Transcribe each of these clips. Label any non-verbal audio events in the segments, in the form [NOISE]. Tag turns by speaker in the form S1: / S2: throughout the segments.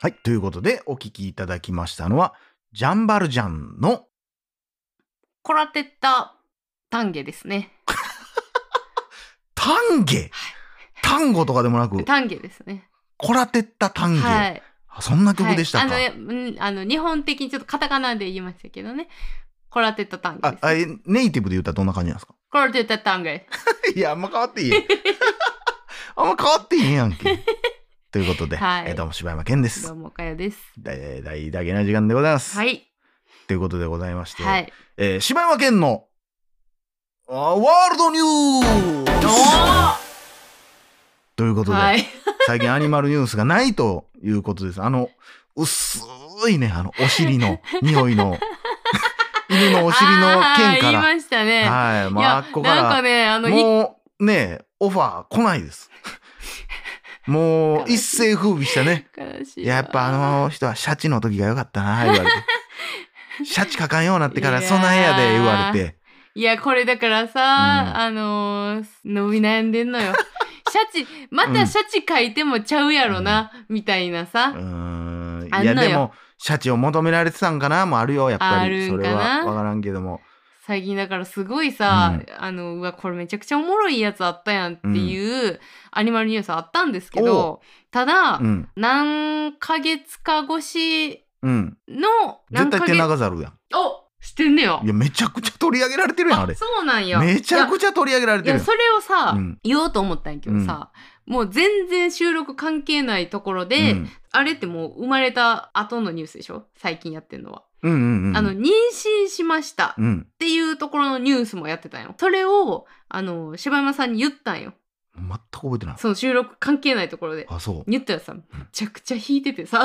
S1: はい。ということで、お聴きいただきましたのは、ジャンバルジャンの、
S2: コラテッタ丹下ですね。
S1: タンゲタンゴとかでもなく、
S2: 丹下ですね。
S1: コラテッタタンゲ、
S2: はい。
S1: あそんな曲でしたか、
S2: はい、あのうんあの日本的にちょっとカタカナで言いましたけどね。コラテッタタンゲ
S1: あ
S2: です、
S1: あ
S2: ね。
S1: えネイティブで言ったらどんな感じなんですか
S2: コラテッタタンゲ。
S1: いや、あんま変わ [LAUGHS] っていい。あんま変わっていいやんけ。 [LAUGHS] ということで、
S2: はい
S1: えどうも柴山健で
S2: ど
S1: す
S2: う。もかよ
S1: [LAUGHS]
S2: です。
S1: 大大だけな時間でございます。
S2: はい。
S1: ということでございまして、
S2: はい。
S1: えー柴山健のあワールドニュースということで、
S2: はい。
S1: 最近アニマルニュースがないということです。あの、薄いね、あの、お尻
S2: [LAUGHS]
S1: の匂いの、 [LAUGHS] 犬のお尻の
S2: あー
S1: 剣か
S2: 言
S1: ら、
S2: いましたね。
S1: はい、
S2: い
S1: まあ、あ
S2: や
S1: っこ
S2: なんか
S1: か
S2: ね、あ
S1: ら、
S2: の、い
S1: もうね、オファー来ない
S2: [LAUGHS]
S1: です。もう、一世風靡したね。
S2: 悲しい
S1: い
S2: わ
S1: ややっぱあの人はシャチの時が良かったな、言われ
S2: [LAUGHS]
S1: て。シャチかかんようになってから、
S2: いやー
S1: そないやで、言われて。
S2: いや、これだからさ、あのー、伸び悩んでん
S1: [LAUGHS]
S2: のよ。シャチ、またシャチ書いてもちゃうやろな、みたいな
S1: う
S2: さ。
S1: ーん。
S2: あん
S1: いや、
S2: のよ
S1: でも、シャチを求められてたんかな、もあるよ、やっぱ
S2: ある
S1: り。
S2: ん
S1: そ
S2: かな
S1: れはわからんけども。
S2: 最近だからすごいさ、
S1: う
S2: あの、うわ、これめちゃくちゃおもろいやつあったやんっていうアニマルニュースあったんですけど、ただ、
S1: うん。
S2: 何ヶ月か越し
S1: うん。
S2: の、
S1: 絶
S2: 何ヶ
S1: 対手
S2: 月、
S1: 長ざるやん。
S2: おしてんねよ
S1: い。や、めちゃくちゃ取り上げられてるやん、あれ。
S2: そうなんや。
S1: めちゃくちゃ取り上げられ
S2: い
S1: てる
S2: や
S1: やん。
S2: それをさ、
S1: うん
S2: 言おうと思ったんやけどさ、もう全然収録関係ないところで、
S1: うん
S2: あれってもう生まれた後のニュースでしょ最近やってんのは、
S1: うんうんうん。
S2: あの妊娠しましたっ
S1: うん。
S2: ていうところのニュースもやってたんよそれをあの柴山さんに言ったんよ
S1: 全く覚えてない。
S2: その収録関係ないところで
S1: あ、そう。
S2: 言ったらさめちゃくちゃ引いててさ、 [LAUGHS]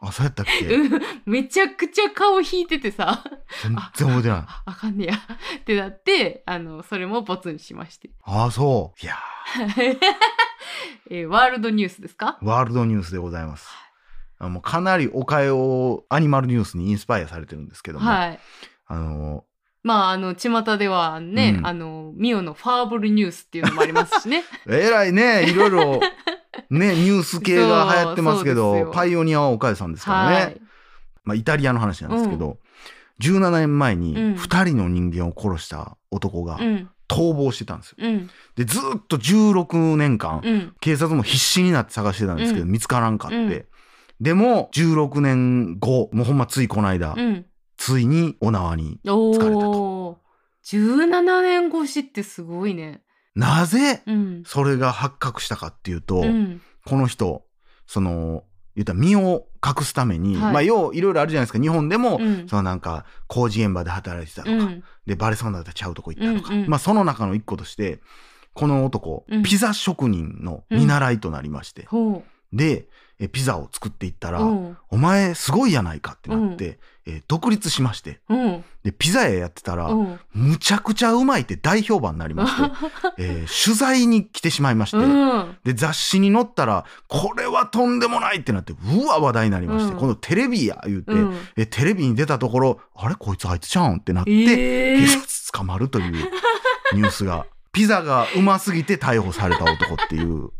S1: あ、そうやったっけ
S2: う
S1: 全
S2: んめちゃくちゃ顔引いててさ
S1: 然覚えてない。
S2: ああかんねやってなってあのそれもボツにしまして、
S1: あ、そう。いや
S2: えーワールドニュースですか
S1: ー、ワールドニュースでございます。あもうかなりおかえをアニマルニュースにインスパイアされてるんですけども、
S2: はい
S1: あの
S2: まあ、あの、巷ではね、
S1: うん
S2: あの、ミオのファーブルニュースっていうのもあります
S1: [LAUGHS]
S2: しね。
S1: えらいねいろいろ
S2: [LAUGHS]
S1: ねニュース系が流行ってますけ
S2: そうそ
S1: ど
S2: うですよ
S1: パイオニアはおかえさんですからね、
S2: はい。
S1: まあ、イタリアの話なんですけど、17年前に
S2: うん
S1: 2人の人間を殺した男が
S2: うん、
S1: 逃亡してたんですよ。
S2: うん、
S1: でずーっと16年間、
S2: うん、
S1: 警察も必死になって探してたんですけど、
S2: う
S1: 見つからんかって、
S2: うん
S1: でも16年後もうほんまついこの間、
S2: うん。
S1: ついにお縄に
S2: お
S1: れたと
S2: おー。17年越しってすごいね。
S1: なぜ
S2: うん。
S1: それが発覚したかっていうと、
S2: うん。
S1: この人その言ったら身を隠すために、
S2: はい
S1: まあよういろいろあるじゃないですか日本でも、
S2: うん
S1: そのなんか工事現場で働いてたと
S2: う
S1: か、
S2: ん。
S1: でバレそうになったらちゃうとこ行ったとか、
S2: うんうん
S1: まあその中の一個としてこの男、
S2: うん
S1: ピザ職人の見習いとなりまして、
S2: ほ
S1: でえピザを作っていった
S2: う。
S1: ら、
S2: うん。
S1: お前すごいやないかってなって、えー独立しまして
S2: うん。
S1: でピザ屋やってたら、
S2: うん。
S1: むちゃくちゃうまいって大評判になりま
S2: [LAUGHS]
S1: して、えー取材に来てしまいまして、
S2: うん。
S1: で雑誌に載ったらこれはとんでもないってなってうわ話題になりまして、
S2: うん
S1: 今度テレビや言うて、
S2: うん。
S1: えテレビに出たところあれこいつあいつちゃうんってなって、
S2: え
S1: 警
S2: え。
S1: 察捕まるというニュースが [LAUGHS] ピザがうますぎて逮捕された男っていう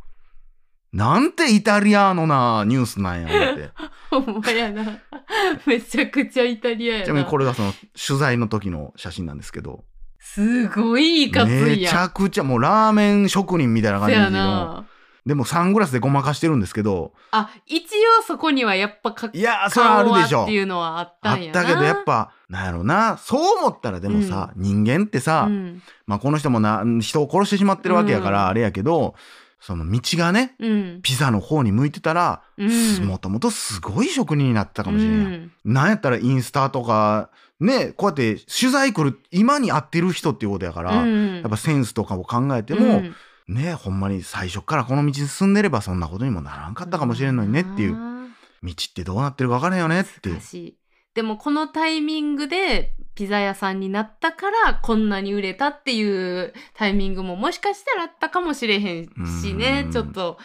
S1: なんてイタリアのなニュースなんや
S2: [LAUGHS]
S1: 思って。
S2: ほんまやな。 [LAUGHS] めちゃくちゃイタリア
S1: ち
S2: や
S1: なみに
S2: な
S1: こ。れがその取材の時の写真なんですけど
S2: すごいいかつ
S1: め
S2: い
S1: ち
S2: やん。
S1: ゃくちゃもうラーメン職人みたいな
S2: そや
S1: 感じの
S2: な。
S1: でもサングラスでごまかしてるんですけど
S2: あ、一応そこにはやっぱかっ
S1: いやーそれはあるでし
S2: 顔
S1: ょ
S2: はっていうのはあっ
S1: あ
S2: た
S1: っ
S2: んやな。
S1: たけどやっぱなんやろなそう思ったらでもさ、人間ってさ、
S2: うん。
S1: まあ、この人もな人を殺してしまってるわけやか
S2: うん
S1: らあれやけど、その道がね
S2: うん。
S1: ピザの方に向いてたら、
S2: うん
S1: もともとすごい職人になってたかもしれない、
S2: うん
S1: なんやったらインスタとかねこうやって取材来る今に合ってる人っていうことやから、
S2: うん
S1: やっぱセンスとかを考えて
S2: う
S1: も、
S2: ん
S1: ねほんまに最初からこの道に進んでればそんなことにもならんかったかもしれんのにねっていう
S2: あ
S1: 道ってどうなってるか分からんよねっ
S2: ー
S1: ていう
S2: 難しいでもこのタイミングでピザ屋さんになったからこんなに売れたっていうタイミングももしかしたらあったかもしれへんしね
S1: うん
S2: ちょっと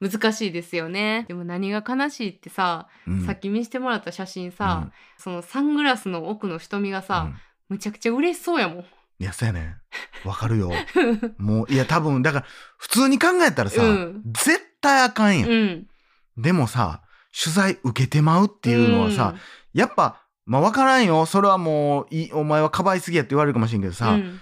S2: 難しいですよねでも何が悲しいってさ、
S1: うん
S2: さっき見せてもらった写真
S1: う
S2: さ
S1: ん、
S2: そのサングラスの奥の瞳が
S1: う
S2: さ、
S1: ん
S2: むちゃくちゃ嬉しそうやもん。
S1: いやそうやねわかるよもういや多分だから普通に考えたらさ、
S2: うん
S1: 絶対あかんやん
S2: う、ん
S1: でもさ取材受けてまうっていうのはさ、やっぱ、まあ分からんよ。それはもう、いいお前はかばいすぎやって言われるかもしれんけど
S2: うん、
S1: さ、
S2: うん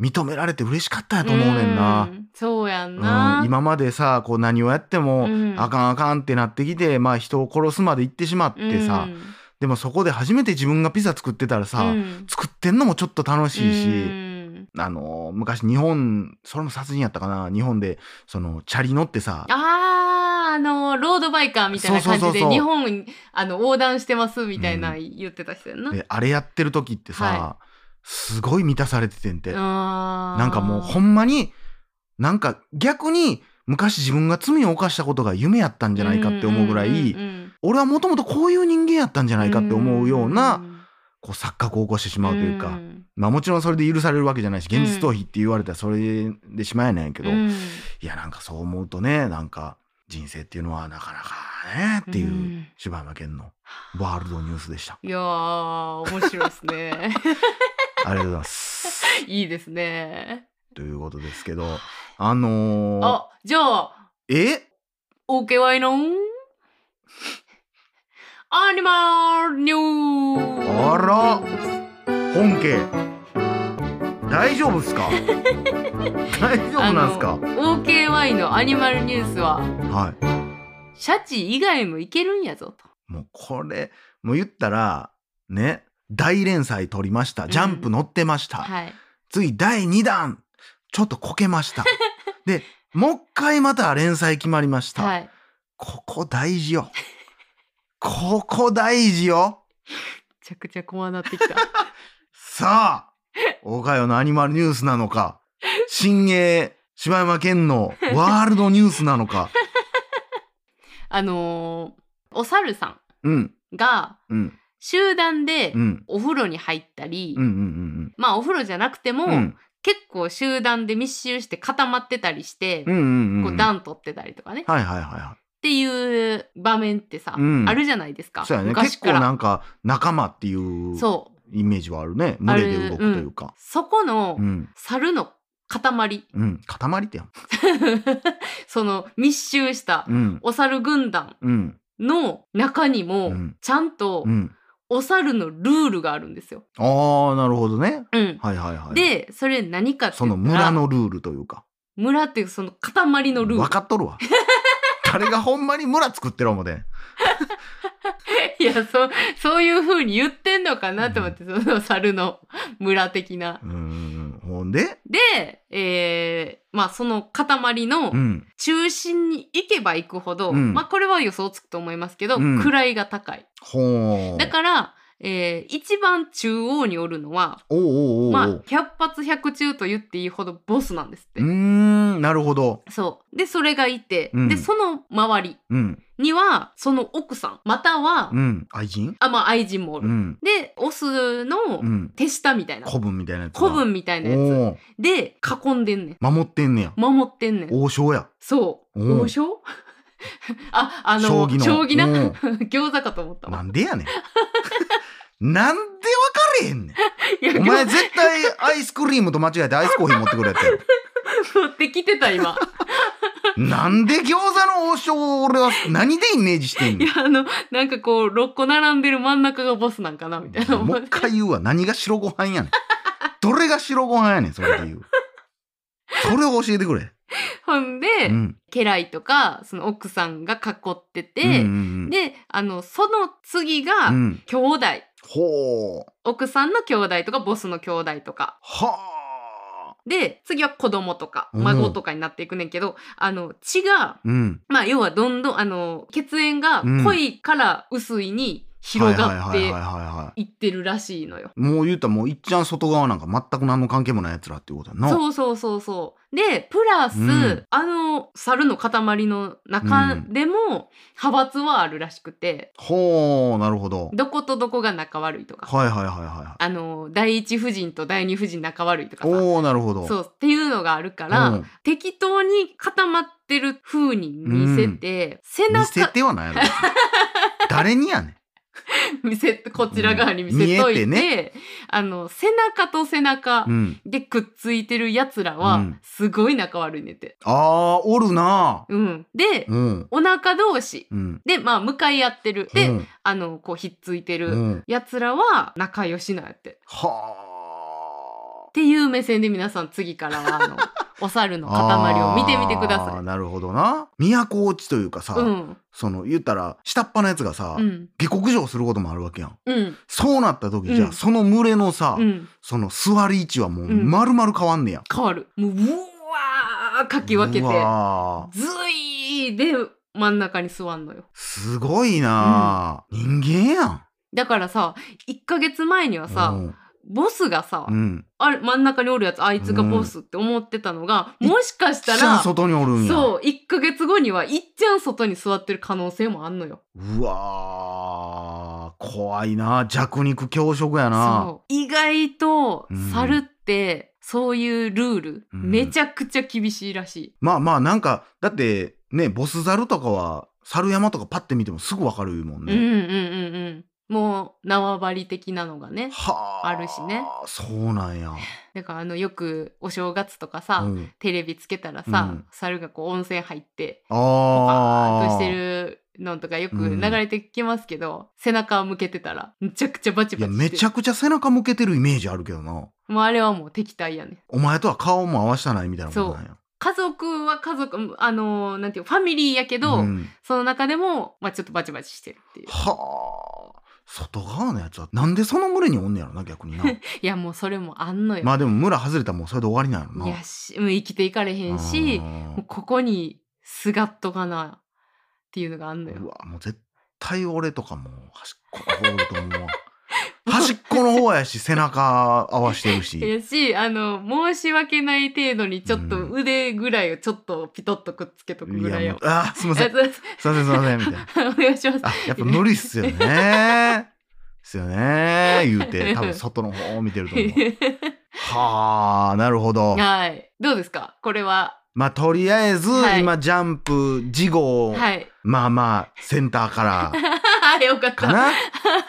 S1: 認められて嬉しかったやと思うねんな。
S2: う。そうやん
S1: う
S2: な。
S1: ん、今までさこう何をやっても、
S2: うん
S1: あかんあかんってなってきて、まあ、人を殺すまで行ってしまってさ、
S2: うん
S1: でもそこで初めて自分がピザ作ってたらさ、
S2: うん
S1: 作ってんのもちょっと楽しいし、
S2: うん
S1: あの昔日本それも殺人やったかな日本でそのチャリ乗ってさ
S2: あーあのロードバイカーみたいな感じ
S1: そうそう
S2: で
S1: そうそう
S2: 日本あの横断してますみたいな言ってた人やんな。
S1: であれやってる時ってさ、
S2: は
S1: すごい満たされててんて、な
S2: なん
S1: かもうほんまになんか逆に昔自分が罪を犯したことが夢やったんじゃないかって思うぐらい、
S2: うんうん
S1: 俺はもともとこういう人間やったんじゃないかって思うような、
S2: ん
S1: こう錯覚を起こしてしまうというか、
S2: ん
S1: まあもちろんそれで許されるわけじゃないし現実逃避って言われたらそれでしまいないけど、
S2: うん
S1: いやなんかそう思うとねなんか人生っていうのはなかなかねっていううん柴山健のワールドニュースでした。
S2: いやー面白いですね。 [LAUGHS]
S1: ありがとうございます。
S2: いいですね。
S1: ということですけどあのー、
S2: あじゃあ
S1: え
S2: OKY のアニマルニュース
S1: あら本家大丈夫っす
S2: [LAUGHS]
S1: か大丈夫なんす
S2: あ
S1: か
S2: の OKY のアニマルニュースは
S1: はい。
S2: シャチ以外もいけるんやぞと。
S1: もうこれもう言ったらね大連載取りましたジャンプ乗ってました。
S2: はい。
S1: 次第2弾ちょっとこけま
S2: [LAUGHS]
S1: したでもう一回また連載決まりました、
S2: はい。
S1: ここ大事よここ大事よ
S2: めちゃくちゃ怖なってきた。 [LAUGHS]
S1: さあ岡よのアニマルニュースなのか新鋭柴山健のワールドニュースなのか
S2: あのーお猿さ
S1: うん
S2: んが
S1: うん
S2: 集団で
S1: うん
S2: お風呂に入ったり、
S1: うんうん
S2: まあお風呂じゃなくても、
S1: うんうん
S2: 結構集団で密集して固まってたりして、
S1: うんうんうんう
S2: こ
S1: んはい
S2: う暖取ってたりとかね、っ
S1: はいはいは
S2: ていう場面ってさ、
S1: うん
S2: あるじゃないですか
S1: いそうやね
S2: 昔
S1: 結
S2: か
S1: 構
S2: ら。
S1: なんか仲間っていう
S2: そう
S1: イメージはあるね群れで動くというか
S2: そこの
S1: うん
S2: 猿の塊、 [LAUGHS]
S1: うん塊ってやん
S2: その密集した
S1: うん
S2: お猿軍団
S1: うん
S2: の中に
S1: う
S2: も
S1: ん
S2: ちゃんと
S1: うん
S2: お猿のルールがあるんですよ。
S1: ああ、なるほどね。
S2: うん、
S1: はいはいはい。、
S2: でそれ何かって
S1: そ
S2: 言ったら
S1: の村のルールというか。
S2: 村っていうその塊のル
S1: 分
S2: ー
S1: かっとるわ。誰がほんまに村作ってる思てん。
S2: ル [LAUGHS] いやそそういう風に言ってんのかなと思って、その猿の村的な
S1: う。んうんうん。ほんで、
S2: で、えーまあその塊の
S1: うん。
S2: 中心に行けば行くほど、
S1: うん
S2: まあこれは予想つくと思いますけど、
S1: うん
S2: 位が高い。
S1: ほー。
S2: だから、えー一番中央におるのは、
S1: おうおうおうおう。
S2: まあ、百発百中と言っていいほどボスなんですって。
S1: うーん、なるほど。
S2: そう。で、それがいて、
S1: うん
S2: で、その周り
S1: うん。
S2: には、その奥さん、または、
S1: うん。愛人
S2: あ、まあ、愛人もお
S1: う
S2: る。
S1: ん。
S2: で、オスの
S1: うん。
S2: 手下みたいな、
S1: 古文みたいなやつだ。
S2: 古文みたいなや
S1: おー
S2: つで囲んでんねん。
S1: 守ってんねや。
S2: 守ってんねん。
S1: 王将や。
S2: そ
S1: おう
S2: う。王将 [LAUGHS] あ、あの、
S1: 将棋の
S2: な。
S1: おう
S2: [LAUGHS] 餃子かと思った
S1: な
S2: わ。
S1: んでやねん。 [LAUGHS] なんで分かれへんね
S2: いや、
S1: ん。お
S2: 餃
S1: 前絶対アイスクリームと間違えてアイスコーヒー持ってくるやつやろ。
S2: 子ってきて
S1: [LAUGHS]
S2: た、今。
S1: なんで餃子の王将を俺は何でイメージしてん
S2: い
S1: の
S2: や、あの、なんかこう、6個並んでる真ん中がボスなんかな、みたいな思
S1: も
S2: っ
S1: う
S2: て
S1: 一回言うわ何が白ご飯やねんどれが白ご飯やねんそれで言うそれを教えてくれ、
S2: ほんで、
S1: うん、
S2: 家来とかその奥さんが囲ってて、
S1: うんうんうん
S2: であのその次が、
S1: うん
S2: 兄弟
S1: ほう
S2: 奥さんの兄弟とかボスの兄弟とか
S1: はあ
S2: で次は子供とか
S1: うん
S2: 孫とかになっていくねんけど、あの血が
S1: うん
S2: まあ要はどんどんあの血縁が
S1: うん
S2: 濃いから薄いに広がっ
S1: はいはいはいはい
S2: て
S1: はいはい
S2: ってるらしいのよ。
S1: いもう言うたらもういっちゃん外側なんか全く何の関係もないやつらっていうことやな
S2: そうそうそうそう。でプラス、
S1: うん
S2: あの猿の塊の中でも派閥はあるらしくて、
S1: ほうなるほど
S2: どことどこが仲悪いとか
S1: はいはいはいはいは
S2: あの第一夫人と第二夫人仲悪いとか
S1: い
S2: さ
S1: おおなるほど
S2: そうっていうのがあるから、
S1: うん
S2: 適当に固まってる風に見せて、背
S1: 見せ
S2: 中 [LAUGHS]
S1: てはないやろ誰にやねん
S2: 見せこちら側に見せといて,、
S1: うん見え
S2: あの背中と背中
S1: うん。
S2: でくっついてるやつらは、
S1: うん
S2: すごい仲悪いねって。
S1: あー、おるな
S2: うん、で、
S1: うん。
S2: お腹同士
S1: うん。
S2: でまあ向かい合ってるで、
S1: うん
S2: あのこうひっついて
S1: う
S2: る
S1: ん。
S2: やつらは仲良しなんやって。
S1: は
S2: っていう目線で皆さん次からは
S1: [LAUGHS]
S2: あのお猿の
S1: あ。
S2: 塊を見てみてくだ
S1: あー
S2: さ
S1: なるほどな。都落ちというかさ、
S2: い。うん、
S1: その言ったら下っ端のやつがさ、
S2: うん、
S1: 下克上することもあるわけやん。
S2: うん、
S1: そうなった時じゃあ、
S2: うん
S1: その群れのさ、
S2: うん、
S1: その座り位置はもう
S2: うん
S1: 丸々変わんねや。
S2: 変わる。もううわーかき分けて
S1: うわー
S2: ずいーで真ん中に座んのよ。
S1: すごいな、あ人間やん。
S2: だからさ1ヶ月前にはさ、
S1: うん
S2: ボスがさ、
S1: うん。
S2: あれ真ん中におるやつあいつがボスって思ってたのが、もしかし
S1: じ
S2: た
S1: ゃあ
S2: ら
S1: 外におるんや。
S2: そう1ヶ月後にはいっちゃん外に座ってる可能性もあんのよ。
S1: うわー怖いな弱肉強食やな
S2: そう意外と
S1: うん
S2: 猿ってそういうルール、
S1: うん
S2: めちゃくちゃ厳しいらしい。
S1: まあまあなんかだってねボスザルとかは猿山とかパッて見てもすぐわかるもん
S2: うんうん
S1: ね、
S2: うんうん。もう縄張り的なのがね。
S1: はあ
S2: あるしね
S1: そうなんや、
S2: だからあのよくお正月とかさ、
S1: うん、
S2: テレビつけたらさ、
S1: うん
S2: 猿がこう温泉入ってバー
S1: あ
S2: ン
S1: あ
S2: としてるのとかよく
S1: うん
S2: 流れてきますけど、背中を向けてたらめちゃくちゃバチ
S1: い
S2: バ
S1: や
S2: チしてる
S1: めちゃくちゃ背中向けてるイメージあるけどな
S2: もうあれはもう敵対やね
S1: お前とは顔も合わしたないみたいなことなんや
S2: 家族は家族あのーなんていうファミリーやけど、
S1: ん
S2: その中でも、まあ、ちょっとバチバチしてるっていう
S1: はあ外側のやつはなんでその群れにおんねやろな逆に
S2: [LAUGHS]
S1: な
S2: いやもうそれもあんのよ、
S1: まあでも村外れたらもうそれで終わりなんやろない
S2: やしうん生きていかれへんし
S1: あ
S2: も
S1: ー
S2: うここにすがっとかなっていうのがあんの
S1: う
S2: よ
S1: わもう絶対俺とかもう端っこの方だと思うわ端っこの方やし背中合わしてる
S2: [LAUGHS]
S1: し
S2: やしあの申し訳ない程度にちょっと
S1: うん
S2: 腕ぐらいをちょっとピトッとくっつけとく
S1: い
S2: ぐらい
S1: やも
S2: を
S1: う。あーすいませんすい
S2: や
S1: ませんすいませんみたいな
S2: お願いします。
S1: あやっぱ無理っすよねですよね言う
S2: [LAUGHS]
S1: て多分外の方を見てると思うはあなるほど
S2: [LAUGHS] はい。どうですかこれは。
S1: まあとりあえず、
S2: はい
S1: 今ジャンプ次号、
S2: はい。 [LAUGHS]
S1: まあまあセンターから
S2: よかっ
S1: か
S2: [LAUGHS] た。
S1: な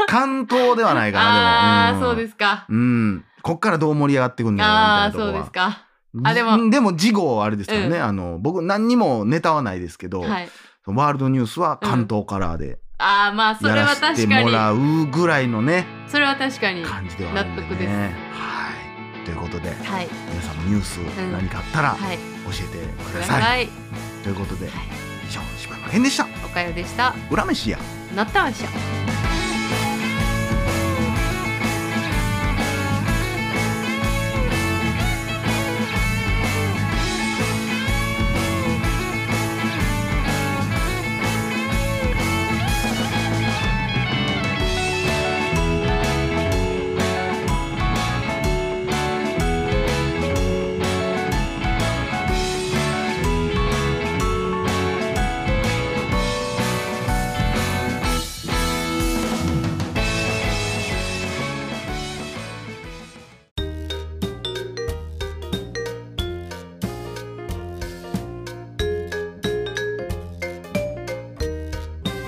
S1: 関東ではないかな
S2: ああ
S1: で
S2: ー、
S1: も、
S2: そうですすか。
S1: うんこっからどう盛り上がってくんの
S2: あ
S1: かな
S2: あ、
S1: みたいなとこ
S2: そう
S1: は
S2: ですか。あ
S1: あ
S2: で
S1: で
S2: も
S1: もでも次号はあれですからね、
S2: うん
S1: あの僕何にもネタはないですけど、
S2: はい。
S1: ワールドニュースは関東カラーで
S2: ああ、まあ、そ
S1: や
S2: れ
S1: ら
S2: は
S1: せて
S2: 確か
S1: もら
S2: に。
S1: うぐらいのね
S2: それは確かに。は
S1: 感じではあるんでね
S2: 納得です
S1: はいということで
S2: い。
S1: 皆さんもニュース
S2: ん
S1: 何かあったら教
S2: は
S1: え
S2: い。
S1: てく
S2: く
S1: だ
S2: だ
S1: さい、
S2: さい。
S1: ということで
S2: はい
S1: 以上柴山編でした
S2: おかよでした。
S1: 裏飯や
S2: なったわしゃ。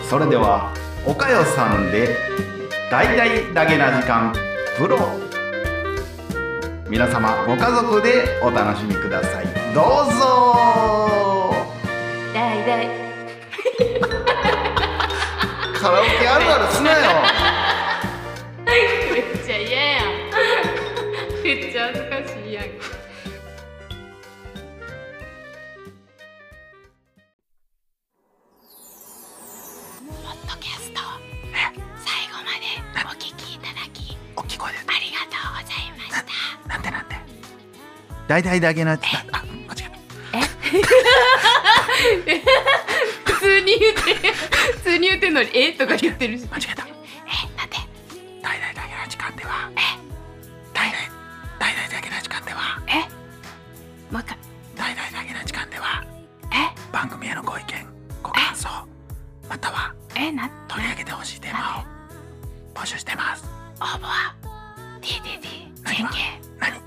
S1: それでは岡代さんで大々だけな時間プロ皆様ご家族でお楽しみくださいどうぞ
S2: だいだい。
S1: カラオケあるあるすなよ
S2: めっちゃ嫌やん。 [LAUGHS] めっちゃ恥ずかしいやん。
S3: ポッドキャスト最後までお聞きいただき
S1: 大きい声で
S3: ありがとうございました
S1: なんてなんて大々だけな時間あ
S2: 普通に言って、普通に言ってんのに、えとか言ってるし。
S3: えなんで
S1: 大々だけな時間では大々大々だけな時間では
S3: もう一回
S1: 大々だけな時間では
S3: え
S1: 番組へのご意見ご感想または
S3: えな
S1: 取り上げてほしいテーマを募集してます
S3: 応募は TDD
S1: 何
S3: 全
S1: が
S3: 景
S1: 何
S3: .net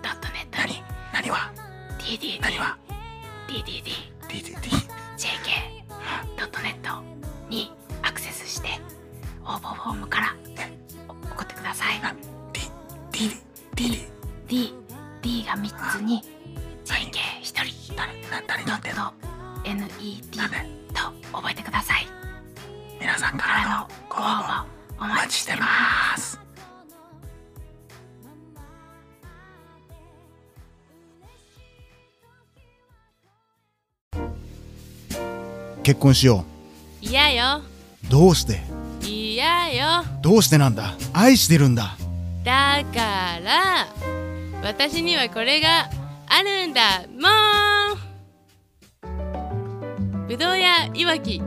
S1: 何
S3: に
S1: 何は
S3: TDD
S1: 何は
S3: TDD
S1: DDD
S3: JK.net にアクセスして応募フォームから
S4: さい。
S5: D で D で
S4: D、D が三つに JK 一人
S5: 誰な誰
S4: ド
S5: 乗って
S4: ッ
S5: んの
S4: ト NET
S5: なんで
S4: と覚えてください。
S5: 皆さんか
S4: かららの
S5: のご
S4: ご応
S5: 応募
S4: 募お
S5: お
S4: 待
S5: 待
S4: ち
S5: ち
S4: し
S5: して
S4: て
S5: ま
S4: ます。
S5: す
S1: 結婚しよ
S2: 嫌よ
S1: うどうして
S2: 嫌よ
S1: どうしてなんだ愛してるんだ
S2: だから私にはこれがあるんだもんぶどうやいわき